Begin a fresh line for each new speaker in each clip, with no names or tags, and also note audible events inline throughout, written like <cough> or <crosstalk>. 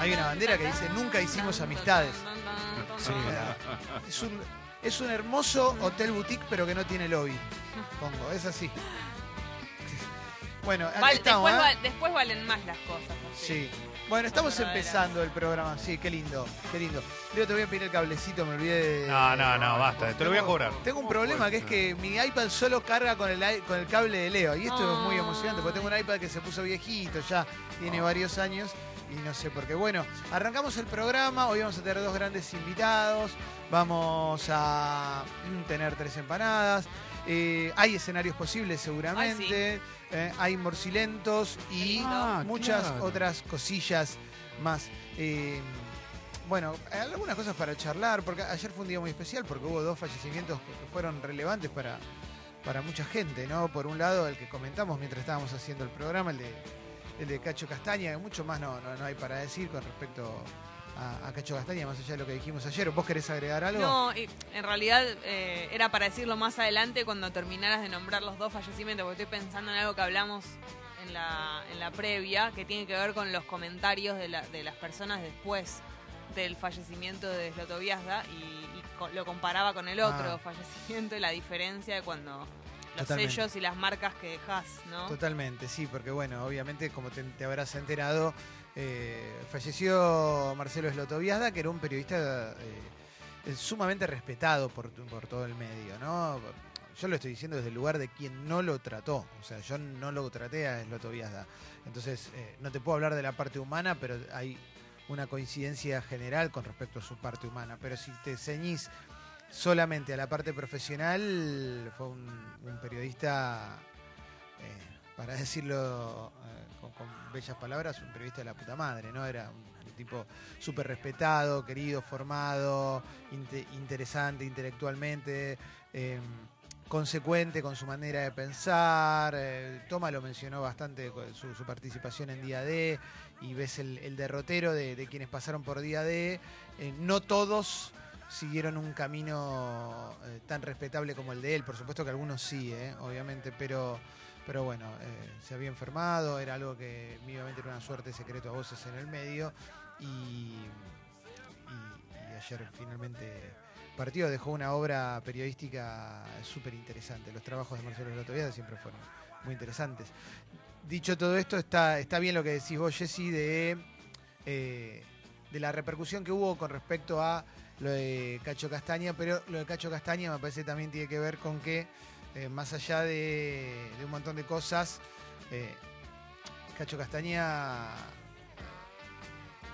hay una bandera que dice nunca hicimos amistades.
Sí.
O sea, es, un, es un hermoso hotel boutique, pero que no tiene lobby. Pongo, es así. Bueno, aquí
Val-
estamos.
después,
¿eh?
va- después valen más las cosas. ¿no?
Sí. Bueno, estamos
Verdaderas.
empezando el programa. Sí, qué lindo, qué lindo. Leo, te voy a pedir el cablecito, me olvidé. de-
No, no, no, basta, te lo voy a cobrar.
Tengo un problema que es que mi iPad solo carga con el, i- con el cable de Leo. Y esto es muy
Ah.
emocionante porque tengo un iPad que se puso viejito, ya tiene varios años. Y no sé por qué. Bueno, arrancamos el programa. Hoy vamos a tener dos grandes invitados. Vamos a mm, tener tres empanadas. Eh, hay escenarios posibles seguramente. Eh, hay morcilentos y
Ah,
muchas
claro.
otras cosillas más. Eh, bueno, algunas cosas para charlar, porque ayer fue un día muy especial porque hubo dos fallecimientos que que fueron relevantes para, para mucha gente, ¿no? Por un lado, el que comentamos mientras estábamos haciendo el programa, el de, el de Cacho Castaña, que mucho más no, no, no hay para decir con respecto a, a Cacho Castaña, más allá de lo que dijimos ayer. ¿Vos querés agregar algo?
No, y en realidad eh, era para decirlo más adelante cuando terminaras de nombrar los dos fallecimientos, porque estoy pensando en algo que hablamos en la, en la previa, que tiene que ver con los comentarios de, la- de las personas después del fallecimiento de Slotoviazda y, y co- lo comparaba con el otro
Ah.
fallecimiento y la diferencia de cuando los
Totalmente.
sellos y las marcas que dejas, ¿no?
Totalmente, sí, porque bueno, obviamente, como te, te habrás enterado, eh, falleció Marcelo Slotoviazda, que era un periodista eh, eh, sumamente respetado por, tu- por todo el medio, ¿no? Yo lo estoy diciendo desde el lugar de quien no lo trató, o sea, yo no lo traté a Slotoviazda. Entonces, eh, no te puedo hablar de la parte humana, pero hay una coincidencia general con respecto a su parte humana. Pero si te ceñís solamente a la parte profesional, fue un, un periodista, eh, para decirlo eh, con, con bellas palabras, un periodista de la puta madre, ¿no? Era un, un tipo súper respetado, querido, formado, inte- interesante intelectualmente. eh, consecuente con su manera de pensar, eh, Toma lo mencionó bastante con su, su participación en Día D y ves el, el derrotero de, de quienes pasaron por Día D, eh, no todos siguieron un camino eh, tan respetable como el de él. Por supuesto que algunos sí, eh, obviamente, pero, pero bueno, eh, se había enfermado, era algo que obviamente era una suerte secreto a voces en el medio y, y- y ayer finalmente partió, dejó una obra periodística súper interesante. Los trabajos de Marcelo Lotoviada siempre fueron muy interesantes. Dicho todo esto, está, está bien lo que decís vos, Jessy, de, eh, de la repercusión que hubo con respecto a lo de Cacho Castaña, pero lo de Cacho Castaña me parece también tiene que ver con que, eh, más allá de, de un montón de cosas, eh, Cacho Castaña,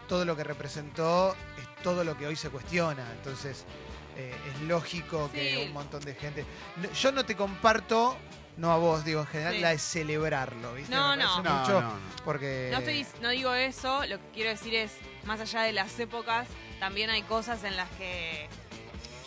todo lo que representó es todo lo que hoy se cuestiona, entonces eh, es lógico que
Sí.
un montón de gente... No, yo no te comparto... No a vos, digo, en general,
Sí.
la de celebrarlo, ¿viste?
No,
Me parece
no.
mucho
no, no.
porque...
No, estoy, no digo eso, lo que quiero decir es, más allá de las épocas, también hay cosas en las que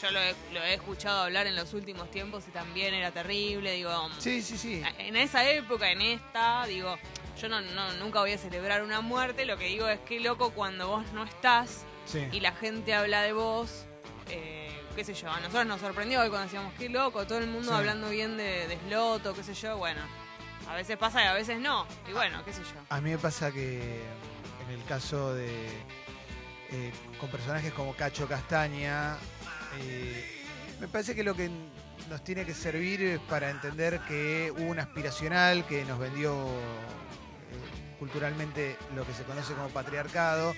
yo lo he, lo he escuchado hablar en los últimos tiempos y también era terrible, digo,
Sí, sí, sí.
en esa época, en esta, digo, yo no, no- nunca voy a celebrar una muerte, lo que digo es que loco cuando vos no estás
Sí.
y la gente habla de vos, eh, qué sé yo, a nosotros nos sorprendió hoy cuando decíamos, qué loco, todo el mundo
Sí.
hablando bien de, de Sloto, qué sé yo, bueno, a veces pasa y a veces no, y bueno, qué sé yo.
A mí me pasa que en el caso de... eh, con personajes como Cacho Castaña, eh, me parece que lo que nos tiene que servir es para entender que hubo un aspiracional que nos vendió eh, culturalmente lo que se conoce como patriarcado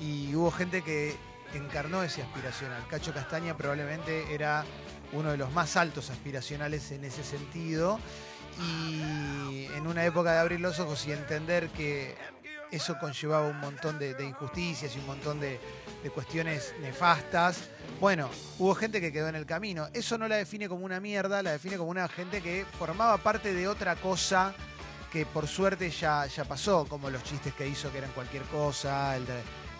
y hubo gente que encarnó ese aspiracional. Cacho Castaña probablemente era uno de los más altos aspiracionales en ese sentido y en una época de abrir los ojos y entender que eso conllevaba un montón de, de injusticias y un montón de, de cuestiones nefastas. Bueno, hubo gente que quedó en el camino. Eso no la define como una mierda, la define como una gente que formaba parte de otra cosa que por suerte ya, ya pasó, como los chistes que hizo que eran cualquier cosa, el de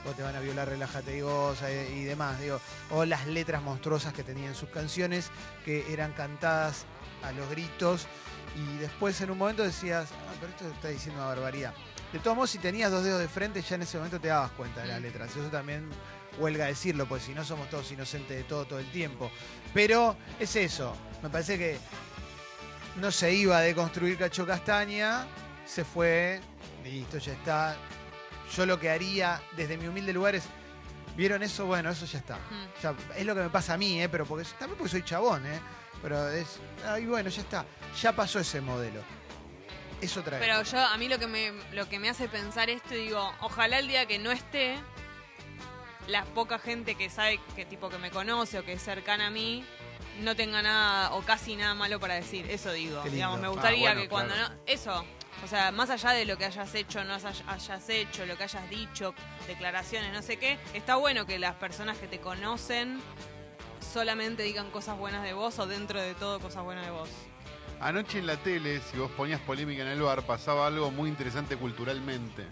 vos te van a violar, relájate y goza y, y demás, digo, o las letras monstruosas que tenían sus canciones que eran cantadas a los gritos y después en un momento decías, ah, pero esto está diciendo una barbaridad. De todos modos, si tenías dos dedos de frente, ya en ese momento te dabas cuenta de las
Mm.
letras. Eso también huelga decirlo, porque si no somos todos inocentes de todo todo el tiempo. Pero es eso, me parece que no se iba a deconstruir Cacho Castaña, se fue, listo, ya está. Yo lo que haría desde mi humilde lugar es, ¿vieron eso? Bueno, eso ya está.
Mm.
Ya, es lo que me pasa a mí, ¿eh? Pero porque, también porque soy chabón, ¿eh? Pero es, ay, bueno, ya está. Ya pasó ese modelo. Es otra
Pero
época.
yo, a mí lo que, me, lo que me hace pensar esto, digo, ojalá el día que no esté, la poca gente que sabe, que tipo que me conoce o que es cercana a mí, no tenga nada o casi nada malo para decir. Eso digo.
Qué lindo.
Digamos, me gustaría
Ah, bueno,
que cuando
claro.
no. Eso. O sea, más allá de lo que hayas hecho, no hayas- hayas hecho, lo que hayas dicho, declaraciones, no sé qué, está bueno que las personas que te conocen solamente digan cosas buenas de vos o dentro de todo cosas buenas de vos.
Anoche en la tele, si vos ponías polémica en el bar, pasaba algo muy interesante culturalmente.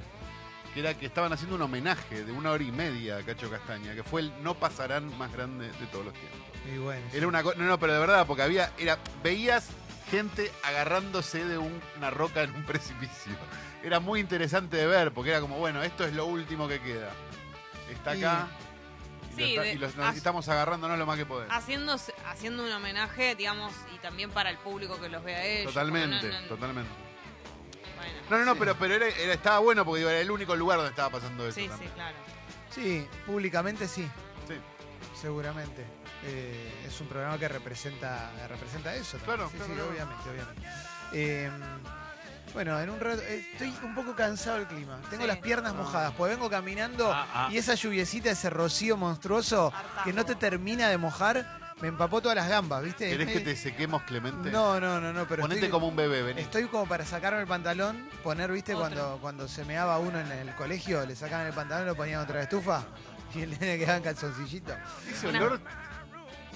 Que era que estaban haciendo un homenaje de una hora y media a Cacho Castaña, que fue el no pasarán más grande de todos los tiempos.
Y bueno, sí.
Era una cosa. No, no, pero de verdad, porque había. Era, veías gente agarrándose de un- una roca en un <laughs> precipicio. Era muy interesante de ver, porque era como, bueno, esto es lo último que queda. Está
Y-
acá. Y,
Sí,
lo está-
de-
y los-
as-
nos estamos agarrándonos lo más que podemos.
haciendo, haciendo un homenaje, digamos, y también para el público que los vea a ellos.
Totalmente,
Bueno, no, no,
totalmente.
bueno.
No, no, no,
Sí.
pero, pero era, era- estaba bueno porque digo, era el único lugar donde estaba pasando eso.
Sí, sí,
también.
claro.
Sí, públicamente sí.
Sí.
Seguramente. Eh, es un programa que representa, representa eso. también.
Claro,
sí,
claro,
sí,
claro.
obviamente, obviamente. Eh, bueno, en un rato eh, estoy un poco cansado del clima. Tengo
Sí.
las piernas
Ah.
mojadas, pues vengo caminando
Ah, ah.
y esa lluviecita, ese rocío monstruoso
Hartazgo.
que no te termina de mojar, me empapó todas las gambas, ¿viste?
¿Querés que
Eh,
te sequemos, Clemente?
No, no, no, no, pero
Ponete
estoy,
como un bebé, vení.
estoy como para sacarme el pantalón, poner, ¿viste?
Otro.
Cuando cuando se meaba uno en el colegio, le sacaban el pantalón, lo ponían en otra estufa y le quedaban calzoncillito.
Ese
Una-
olor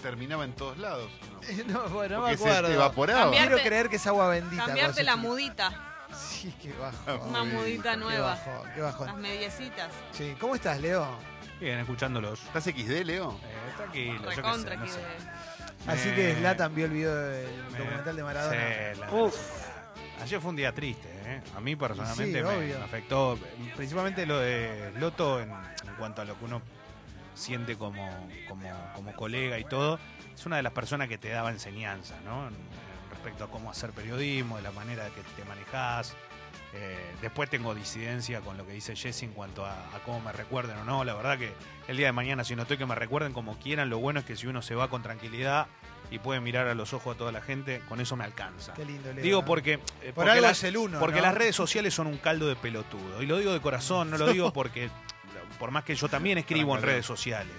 terminaba en todos lados. ¿no?
<laughs> No, bueno, no me
Porque se
acuerdo.
te evaporaba.
Cambiar-
Quiero creer que es agua bendita. cuando
Cambiarte la
se-
mudita,
Sí, qué bajo.
Ah,
Vamos.
una
Uy,
mudita
qué
Qué
nueva,
bajo, qué bajo.
las mediecitas.
Sí, ¿cómo estás, Leo?
Bien, escuchándolos.
¿Estás XD, Leo?
Eh, tranquilo, yo qué sé,
Recontra
no
que
sé.
Así
Me-
que Slatan vio el video del
me-
documental de Maradona.
Sí, la- Ayer fue un día triste, ¿eh? A mí
Sí,
personalmente me,
obvio.
me afectó. Principalmente lo de Loto en, en cuanto a lo que uno siente como, como, como colega y todo. Es una de las personas que te daba enseñanza, ¿no? En- en Respecto a cómo hacer periodismo, de la manera que te manejás. Eh, después tengo disidencia con lo que dice Jesse en cuanto a, a cómo me recuerden o no. La verdad que el día de mañana, si no estoy, que me recuerden como quieran. Lo bueno es que si uno se va con tranquilidad y puede mirar a los ojos a toda la gente, con eso me alcanza.
Qué lindo, Leo.
Digo
¿no?
porque, eh,
Por
porque,
algo
la-
es el uno.
porque
¿no?
las redes sociales son un caldo de pelotudo. Y lo digo de corazón, no lo
<laughs>
digo porque, por más que yo también escribo en
Arrancale.
redes sociales.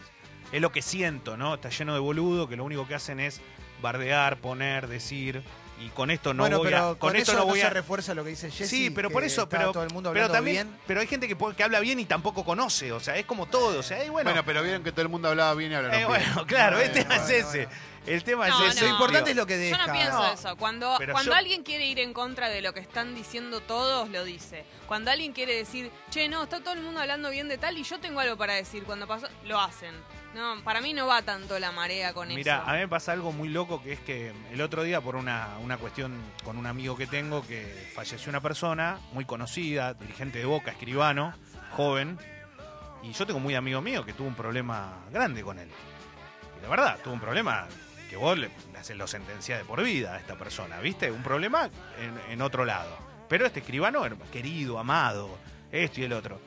Es lo que siento, ¿no? Está lleno de boludo que lo único que hacen es bardear, poner, decir. Y con esto no
bueno,
voy
pero
a.
con,
esto
eso
no voy
se
a.
refuerza lo que dice Jesse.
Sí, pero por
que
eso,
está
pero,
todo el mundo
pero
hablando
también,
bien.
pero hay gente que, po- que habla bien y tampoco conoce, o sea, es como todo, o sea, y bueno,
Bueno, pero vieron que todo el mundo hablaba bien y hablaron
eh, bueno,
bien.
claro, el
Bueno,
tema es
bueno,
ese,
bueno.
el tema
No,
es ese.
no.
Lo importante
Digo,
es lo que
Yo
deja.
no pienso
No.
eso. Cuando,
Pero
cuando
yo-
alguien quiere ir en contra de lo que están diciendo todos, lo dice. Cuando alguien quiere decir, che, no, está todo el mundo hablando bien de tal y yo tengo algo para decir, cuando pasó, lo hacen. No, para mí no va tanto la marea con
Mira,
eso.
a mí me pasa algo muy loco que es que el otro día, por una, una cuestión con un amigo que tengo, que falleció una persona muy conocida, dirigente de Boca, escribano, joven, y yo tengo un muy amigo mío que tuvo un problema grande con él. Y la verdad, tuvo un problema que vos le, le haces- lo sentenciás de por vida a esta persona, ¿viste? Un problema en, en otro lado. Pero este escribano, era querido, amado, esto y el otro.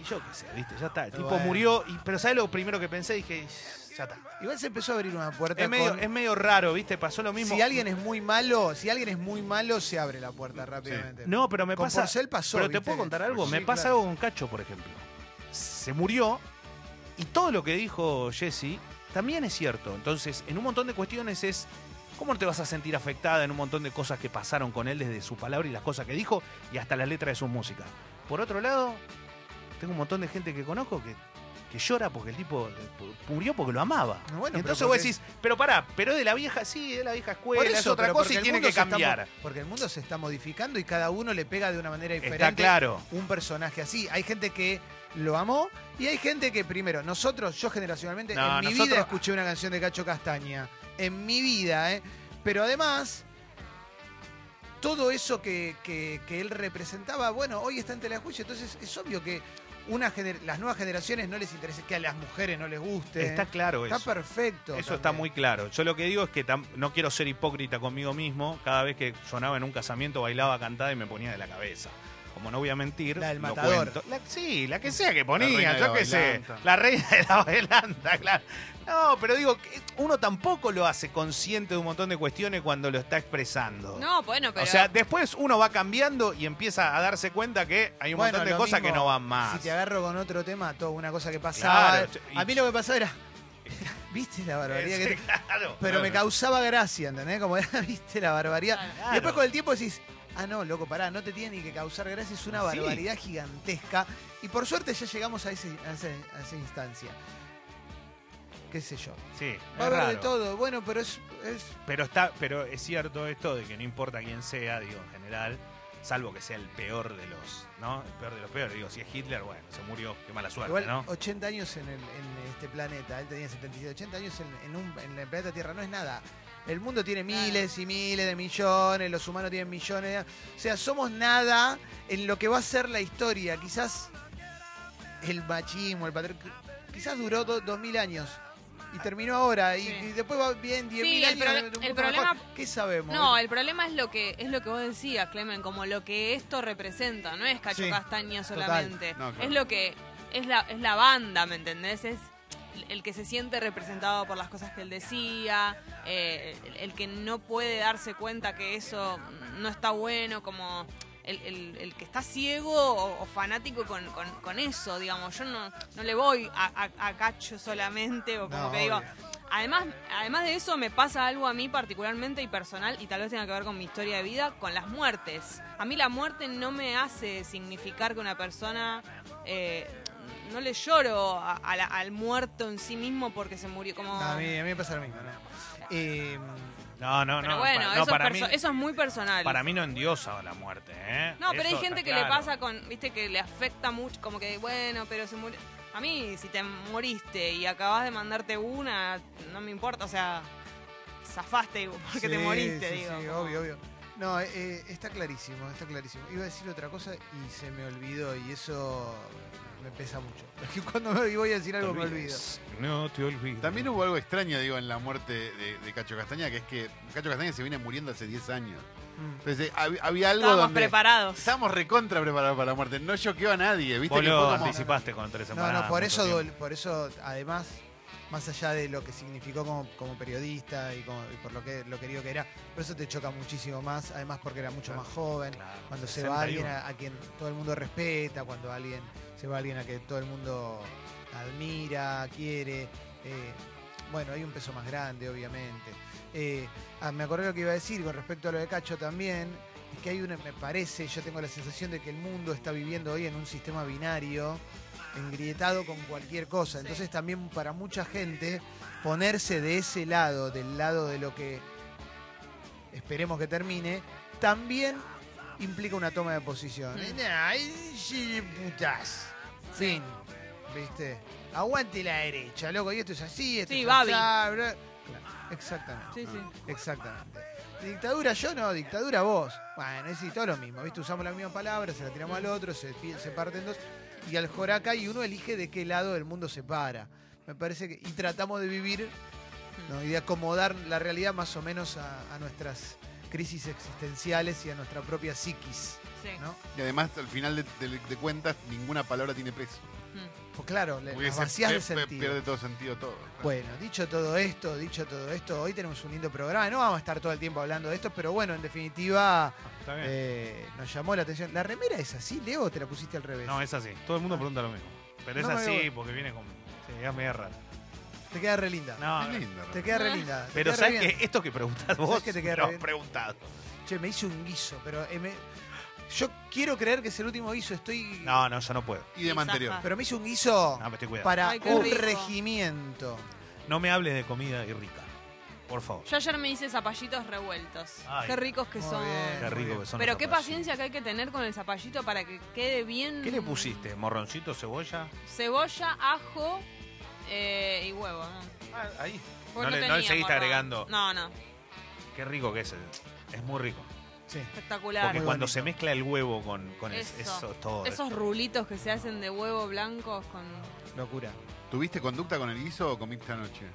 Y yo qué sé, ¿viste? Ya está, el tipo
Bueno.
murió, y, pero ¿sabes lo primero que pensé? Dije, ya está.
Igual se empezó a abrir una puerta.
Es medio,
con-
es medio raro, ¿viste? Pasó lo mismo.
Si alguien es muy malo, si alguien es muy malo, se abre la puerta rápidamente.
No, pero me
Con
pasa.
Porcel pasó,
pero te
¿viste?
puedo contar algo.
Pues Sí,
me pasa
claro.
algo con Cacho, por ejemplo. Se murió y todo lo que dijo Jesse también es cierto. Entonces, en un montón de cuestiones es. ¿Cómo no te vas a sentir afectada en un montón de cosas que pasaron con él desde su palabra y las cosas que dijo y hasta la letra de su música? Por otro lado, tengo un montón de gente que conozco que, que llora porque el tipo eh, murió porque lo amaba.
Ah, Bueno, pero
Entonces vos
porque-
decís, pero pará, pero es de la vieja, sí, es de la vieja escuela,
Por eso,
es otra
pero
cosa
porque
y
el
tiene
mundo
que
se está mo-
cambiar.
porque el mundo se está modificando y cada uno le pega de una manera diferente
Está claro.
un personaje así. Hay gente que lo amó y hay gente que, primero, nosotros, yo generacionalmente,
No,
en mi
nosotros-
vida escuché una canción de Cacho Castaña. En mi vida, ¿eh? Pero además, todo eso que, que- que él representaba, bueno, hoy está en tela de juicio, entonces es obvio que una gener- las nuevas generaciones no les interesa, que a las mujeres no les guste.
Está claro
este, Está
eso.
perfecto.
Eso está
también.
muy claro. Yo lo que digo es que tam- no quiero ser hipócrita conmigo mismo. Cada vez que sonaba en un casamiento, bailaba, cantaba y me ponía de la cabeza. como no voy a mentir,
La del
lo
Matador.
cuento. La- sí, la que sea que
reina
ponía,
de
yo
la
qué sé.
bailanta.
La reina de la bailanta, claro. No, pero digo, que uno tampoco lo hace consciente de un montón de cuestiones cuando lo está expresando.
No, bueno, pero.
O sea, después uno va cambiando y empieza a darse cuenta que hay un
Bueno,
montón de
lo
cosas que
mismo,
no van más.
Si te agarro con otro tema, toda una cosa que pasaba.
Claro, y-
a mí lo que pasaba
<laughs>
era. ¿Viste la barbaridad que
<laughs> Sí,
te-
claro.
Pero me
Claro.
causaba gracia, ¿entendés? Como <laughs> era, ¿viste la barbaridad?
Claro.
Y después con el tiempo decís, ah, no, loco, pará, no te tiene ni que causar gracia, es una
Ah, Sí.
barbaridad gigantesca. Y por suerte ya llegamos a, ese- a ese- a esa instancia. ¿Qué sé yo?
Sí, es
Va a haber de
raro.
todo, bueno, pero es. es-
Pero está, pero es cierto esto de que no importa quién sea, digo, en general, salvo que sea el peor de los, ¿no? El peor de los peores. Digo, si es Hitler, bueno, se murió, qué mala suerte,
Igual,
¿no?
80 años en, el- en este planeta, él tenía 77, 80 años en, en un- en el planeta Tierra no es nada. El mundo tiene
Claro.
miles y miles de millones, los humanos tienen millones. O sea, somos nada en lo que va a ser la historia. Quizás el machismo, el patrón, quizás duró do- 2000 años y terminó ahora. Y,
Sí.
y después va bien 10.000
Sí, el
años.
proble-
un mundo
el problema-
mejor. ¿Qué sabemos?
No, el problema es lo que es lo que vos decías, Clemen, como lo que esto representa, no es Cacho
Sí,
Castaña
total.
solamente.
No, claro.
Es lo que es la es la banda, ¿me entendés? Es el que se siente representado por las cosas que él decía, eh, el, el que no puede darse cuenta que eso no está bueno, como el, el- el que está ciego o, o fanático con, con- con eso, digamos. Yo no, no le voy a, a- a Cacho solamente, o como
No,
que digo,
obvio.
Además, además de eso, me pasa algo a mí particularmente y personal, y tal vez tenga que ver con mi historia de vida, con las muertes. A mí la muerte no me hace significar que una persona... eh, no le lloro a- a la- al muerto en sí mismo porque se murió como...
No, a, mí, a mí me pasa lo mismo. ¿no? Eh,
No, no,
Pero
no.
bueno,
para,
eso,
no,
es
para mí,
perso- eso es muy personal.
para mí no endiosa la muerte, ¿eh?
No, pero hay
Eso
gente
está
que le
claro.
pasa con, viste, que le afecta mucho, como que, bueno, pero se murió. A mí, si te moriste y acabas de mandarte una, no me importa, o sea, zafaste digo, porque te
Sí,
moriste,
sí,
digo.
sí,
como-
obvio, obvio. No, eh, eh, está clarísimo, está clarísimo. Iba a decir otra cosa y se me olvidó y eso me pesa mucho. <laughs> Porque Cuando me voy a decir
No te
algo me olvido.
olvides. No te olvides.
También hubo algo extraño, digo, en la muerte de, de Cacho Castaña, que es que Cacho Castaña se viene muriendo hace 10 años.
Mm.
Entonces, eh, hab- había algo
Estábamos
donde...
preparados.
Estábamos recontra preparados para la muerte. No choqueó a nadie, ¿viste?
Vos
que
lo
fue como-
anticipaste con tres
No,
semanas.
no, por eso, dol- por eso, además, más allá de lo que significó como, como periodista y, como- y por lo que lo querido que era, por eso te choca muchísimo más, además porque era mucho
Claro,
más joven. Cuando se va alguien a, a quien todo el mundo respeta, cuando alguien se va alguien a que todo el mundo admira, quiere. eh, bueno, hay un peso más grande, obviamente. Eh, ah, me acordé lo que iba a decir con respecto a lo de Cacho también. Es que hay una, me parece, yo tengo la sensación de que el mundo está viviendo hoy en un sistema binario, engrietado con cualquier cosa.
Sí.
Entonces también para mucha gente ponerse de ese lado, del lado de lo que esperemos que termine, también implica una toma de posición.
Mm.
Y nah, y sí, putas. Fin. ¿Viste? Aguante la derecha, loco. Y esto es así, esto
Sí,
es
Babi.
asá, bla. Exactamente.
Sí, sí.
Exactamente. Dictadura yo no, dictadura vos. Bueno, es decir, todo lo mismo, ¿viste? Usamos la misma palabra, se la tiramos al otro, se, pi- se parten dos. Y al joraca y uno elige de qué lado del mundo se para. Me parece que. Y tratamos de vivir
Mm.
¿no? y de acomodar la realidad más o menos a, a nuestras crisis existenciales y a nuestra propia psiquis.
Sí.
¿no?
Y además, al final de, de- de cuentas, ninguna palabra tiene peso.
Mm.
Pues claro, le-
Porque
las
se
vacías de
pe- pe-
sentido. Pues,
Pierde todo sentido todo.
Bueno, dicho todo esto, dicho todo esto, hoy tenemos un lindo programa. No vamos a estar todo el tiempo hablando de esto, pero bueno, en definitiva,
Está bien.
eh, nos llamó la atención. ¿La remera es así, Leo, o te la pusiste al revés?
No, eh. es así. Todo el mundo pregunta lo mismo. Pero es
No me
así
voy.
porque viene con. Sí, es media rara.
Te queda re linda.
No,
Qué
no.
lindo,
ah, Te
realmente.
queda re linda. te queda
Pero
re
sabes
bien.
que esto que preguntas vos,
¿Sabés que te queda
lo
re
has
bien?
preguntado.
Che, me hice un guiso, pero eh, me- yo quiero creer que es el último guiso. Estoy.
No, no, yo no puedo.
Y de anterior.
zafa.
Pero me hice un guiso
No, me estoy cuidando.
para
Ay, qué
un
rico.
regimiento.
No me hables de comida y rica. Por favor.
Yo ayer me hice zapallitos revueltos.
Ay.
qué ricos que
Muy
son.
bien.
Qué rico que son
Pero
los
qué
zapallitos.
paciencia que hay que tener con el zapallito para que quede bien.
¿Qué le pusiste? ¿Morroncito, cebolla?
Cebolla, ajo eh, y huevo. ¿no?
Ah, ahí.
Vos
No le- no le
tenías
seguiste
morrón.
agregando.
No, no.
Qué rico que es. el- Es muy rico.
Sí.
Espectacular.
Porque
Muy
cuando
bonito.
se mezcla el huevo con, con es-
Eso.
eso, todo.
Esos rulitos que se hacen de huevo blancos con...
Locura.
¿Tuviste conducta con el guiso o comiste anoche?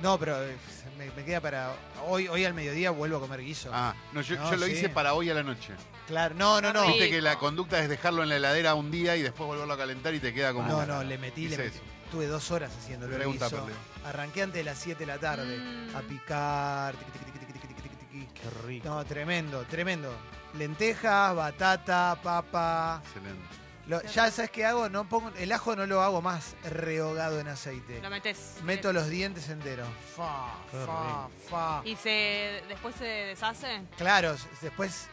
No, pero eh, me, me queda para. Hoy, hoy al mediodía vuelvo a comer guiso.
Ah, no, yo,
No,
yo lo
sí.
hice para hoy a la noche.
Claro, no, no, no.
Sí.
Viste que la conducta es dejarlo en la heladera un día y después volverlo a calentar y te queda como.
No, no, le metí, le
Hice
metí.
eso.
Tuve dos horas haciéndolo el
Pregunta,
guiso.
Perle.
Arranqué antes de las 7 de la tarde
Mm.
a picar. tiqui, tiqui, tiqui, tiqui, tiqui, tiqui, tiqui.
Qué rico.
No, tremendo, tremendo. Lentejas, batata, papa.
Excelente.
Lo- ya sabes qué hago, no pongo el ajo no lo hago más rehogado en aceite.
Lo metes.
Eh,
Eh,
Meto los dientes enteros. Fa,
Qué
fa, fa.
Y se después se deshace.
Claro, s- después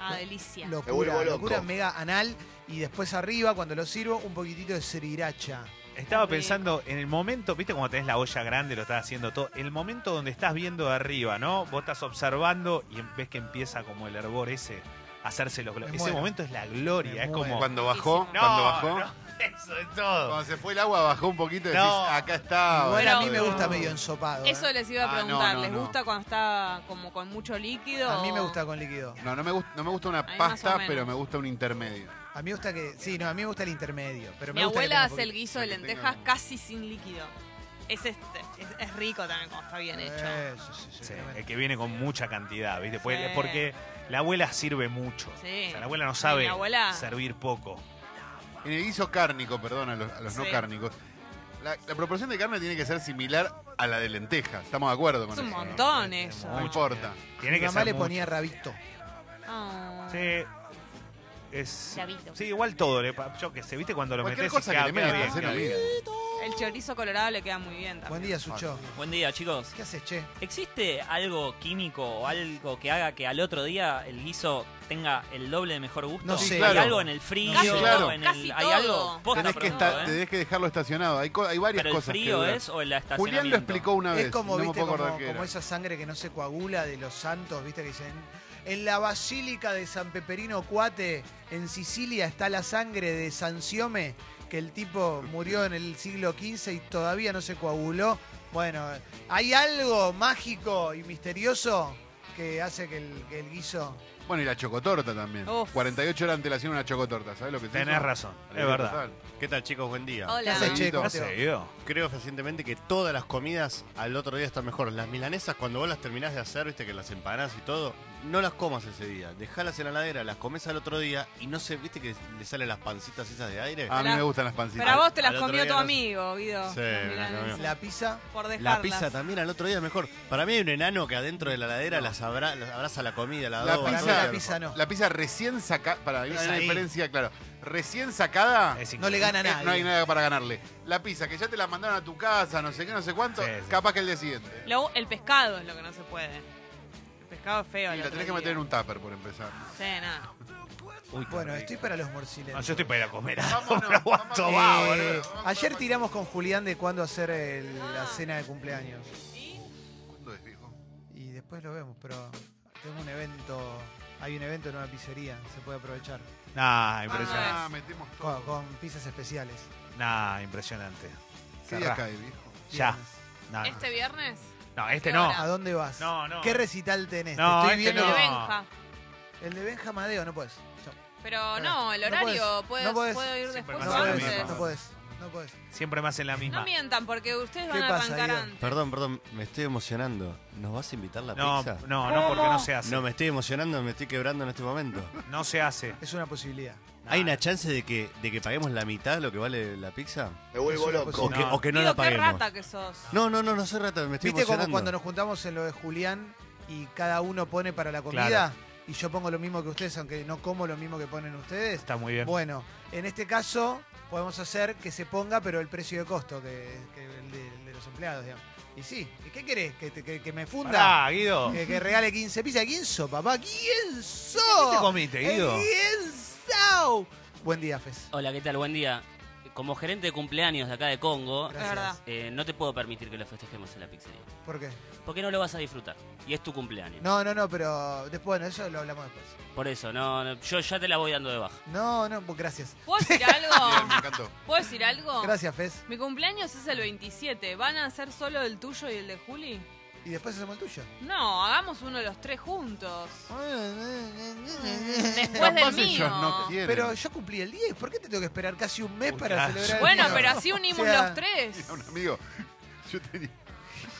Ah, delicia.
locura,
vuelvo loco.
locura mega anal y después arriba cuando lo sirvo un poquitito de sriracha.
Estaba
Rico.
pensando en el momento, viste como tenés la olla grande, lo estás haciendo todo, el momento donde estás viendo de arriba, ¿no? Vos estás observando y em- ves que empieza como el hervor ese, a hacerse los glo-
Me
Ese
muero.
momento es la gloria,
Me
es como...
Cuando bajó,
No,
cuando bajó.
Oh. no, <laughs> eso es todo.
Cuando se fue el agua, bajó un poquito y decís,
No.
acá está.
Igual a
bueno,
mí me
boludo.
gusta medio ensopado. ¿eh?
Eso les iba a
Ah, no,
preguntar.
no,
¿Les
no.
gusta cuando está como con mucho líquido?
A mí me
o-
gusta con líquido.
No, no me, gust- no me gusta una
mí más o
pasta,
menos.
pero me gusta un intermedio.
A mí me gusta que sí, no, a mí me gusta el intermedio, pero me
Mi
gusta que
abuela
tenga
hace el
poquito.
guiso de
Para que
lentejas
tenga-
casi sin líquido. Es, este- es, es rico también cuando está bien hecho.
Eh, sí, sí, sí,
Sí,
tremendo.
el que viene con mucha cantidad, ¿viste? Pues-
Sí.
es Porque la abuela sirve mucho.
Sí.
O sea, la abuela no
Sí,
sabe
mi abuela-
servir poco.
En el guiso cárnico, perdón, a los, a los no
Sí.
cárnicos, la, la proporción de carne tiene que ser similar a la de lenteja. Estamos de acuerdo con
Es un
eso. ¿no?
montón
Eh,
eso.
No importa.
Tiene
Mi
que
mamá
ser
le
mucho.
ponía rabito.
Ah.
Sí. Es,
Chavito.
sí, igual todo. le pa- yo que sé, ¿viste? Cuando lo
Cualquier
metes
cosa que le metas, eh, no
El chorizo colorado le queda muy bien también.
Buen día, Sucho.
Buen día, chicos.
¿Qué haces, che?
¿Existe algo químico o algo que haga que al otro día el guiso tenga el doble de mejor gusto?
No sé.
¿Hay
Claro.
algo en el frío?
Casi
todo,
en
casi
el- ¿Hay
todo.
algo? Posta,
Tenés que,
pregunto,
esta-
¿eh?
tenés que dejarlo estacionado. Hay, co- hay varias
¿Pero el
cosas. que
frío
duran.
es o el estacionamiento?
Julián lo explicó una vez.
Es como,
no me
viste,
puedo
como,
acordar qué
como
era.
esa sangre que no se coagula de los santos, viste, que dicen. En la basílica de San Peperino Cuate, en Sicilia, está la sangre de Sansiome, que el tipo murió en el siglo XV y todavía no se coaguló. Bueno, hay algo mágico y misterioso que hace que el, que el guiso.
Bueno, y la chocotorta también.
Uf.
48 horas antes la hacían una chocotorta. ¿Sabes lo que te
Tenés razón, es verdad.
¿Qué tal chicos? Buen día.
Hola.
¿Qué haces, che? ¿Cómo
¿No
No
te va?
se vio?
Creo fehacientemente que todas las comidas al otro día están mejor. Las milanesas cuando vos las terminás de hacer, viste que las empanás y todo, no las comas ese día. Dejalas en la ladera, las comes al otro día y no sé, viste que le salen las pancitas esas de aire.
A mí me
Pará.
gustan las pancitas.
Pero a vos te las
Al otro
comió
día
tu
no-
amigo, Guido.
Sí,
las
me las
milanesas.
comió.
La pizza.
Por dejarlas.
La pizza también al otro día es mejor. Para mí hay un enano que adentro de la ladera las, abra- las abraza la comida, la
La
adoba,
Para
pizza-
mí
todo.
la pizza no.
La pizza recién sacada. Para, hay
Es
una
ahí.
diferencia, claro. Recién sacada.
Es
No le gana
eh,
nada.
No hay nada para ganarle. La pizza, que ya te la mandaron a tu casa, no sé qué, no sé cuánto,
Sí, sí.
capaz que el día siguiente.
Lo- el pescado es lo que no se puede. El pescado es feo.
Y
el
la
otro
tenés que
día.
meter en un tupper por empezar.
Sí, nada.
Uy, qué
Bueno,
rico.
estoy para los
No,
morcilentos.
yo estoy para ir a
Vámonos,
comer. <laughs> No aguanto
vámonos.
más,
Eh,
boludo.
ayer tiramos con Julián de cuándo hacer el- la
Ah.
cena de cumpleaños.
¿Cuándo es, viejo?
Y después lo vemos, pero tengo un evento. Hay un evento en una pizzería, se puede aprovechar.
Nah, impresionante.
Ah, metemos todo.
Con, con pizzas especiales.
Nah, impresionante.
¿Qué
Cerrá.
día cae, viejo?
Ya.
Viernes.
Nah,
¿Este viernes?
no, este
¿Qué
no.
hora?
¿A dónde vas?
No, no.
¿Qué recital tenés? Te
No,
estoy
este
viendo.
no.
De Benja.
El de Benja Madeo, no puedes.
Pero no, el horario.
podés,
puedes,
no podés.
puedo ir
Siempre
después
pasa
o
lo
No
mismo.
antes.
puedes. No puedes. No podés.
Siempre me hacen la
No
misma.
mientan, porque ustedes van
¿Qué
a
pasa,
arrancar
Guido?
antes.
Perdón, perdón, me estoy emocionando. ¿Nos vas a invitar la
No,
pizza?
no, no, porque no se hace.
No, me estoy emocionando, me estoy quebrando en este momento.
No se hace.
Es una posibilidad.
¿Hay una chance de que, de que paguemos la mitad de lo que vale la pizza?
Me vuelvo
Es una
loco.
¿O, que, o que no
Guido,
la
qué
paguemos?
rata que sos.
No, no, no, no soy rata, me estoy
¿Viste como
emocionando.
cuando nos juntamos en lo de Julián y cada uno pone para la comida?
Claro.
Y yo pongo lo mismo que ustedes, aunque no como lo mismo que ponen ustedes.
Está muy bien.
Bueno, en este caso podemos hacer que se ponga, pero el precio de costo, que, que el de, el de los empleados, digamos. Y sí, ¿y qué querés? ¿Que, te- que- que me funda?
Pará, Guido.
¿Que, que regale 15 pizzas? ¿Guienzo, papá? ¿Guienzo?
¿Qué te comiste, Guido?
Eh, ¡Guienzo! Buen día, Fez.
Hola, ¿qué tal? Buen día. Como gerente de cumpleaños de acá de Congo,
Gracias.
Es verdad.
eh, no te puedo permitir que lo festejemos en la pizzería.
¿Por qué?
Porque no lo vas a disfrutar. Y es tu cumpleaños.
No, no, no, pero después, bueno, eso lo hablamos después.
Por eso, no, no, yo ya te la voy dando de baja.
No, no, pues gracias.
¿Puedo decir
Bien, me
algo?
encantó.
¿Puedo decir algo?
Gracias, Fez.
Mi cumpleaños es el 27. ¿Van a hacer solo el tuyo y el de Juli?
Y después hacemos el tuyo.
No, hagamos uno los tres juntos. <laughs>
Ah,
Después del
Capaz
mío.
ellos no quieren. <laughs>
Pero yo cumplí el 10, ¿por qué te tengo que esperar casi un mes
Uy,
para
claro.
celebrar el
Bueno,
mío?
pero así unimos
O sea,
los tres.
Mira, un amigo, yo tenía,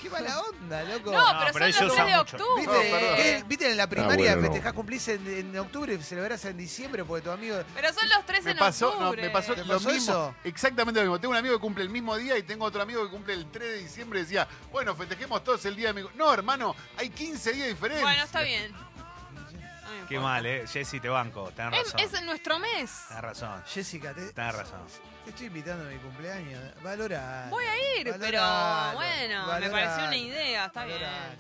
Qué mala onda, loco.
No,
No,
pero,
pero
son
ellos
los
usan
mes de
mucho.
octubre.
¿Viste,
No, perdón.
que- viste en la primaria
bueno, no.
festejás cumplís en, en octubre, celebrás en diciembre porque tu amigo.
Pero son los tres
Me
en
pasó, no,
octubre.
me pasó
¿Te
lo
pasó
mismo.
eso?
Exactamente lo mismo. Tengo un amigo que cumple el mismo día y tengo otro amigo que cumple el 3 de diciembre. Decía, bueno, festejemos todos el día de mi. cu-". No, hermano, hay 15 días diferentes.
Bueno, está bien.
Qué mal, eh. Jessy, te banco. Tenés
Es,
razón.
es nuestro mes.
Tenés razón.
Jessica, te,
Tenés razón.
te estoy invitando a mi cumpleaños. Valora.
Voy a ir, pero
Valoralo,
bueno, me
valoralo,
pareció una idea, está
valoralo.
bien.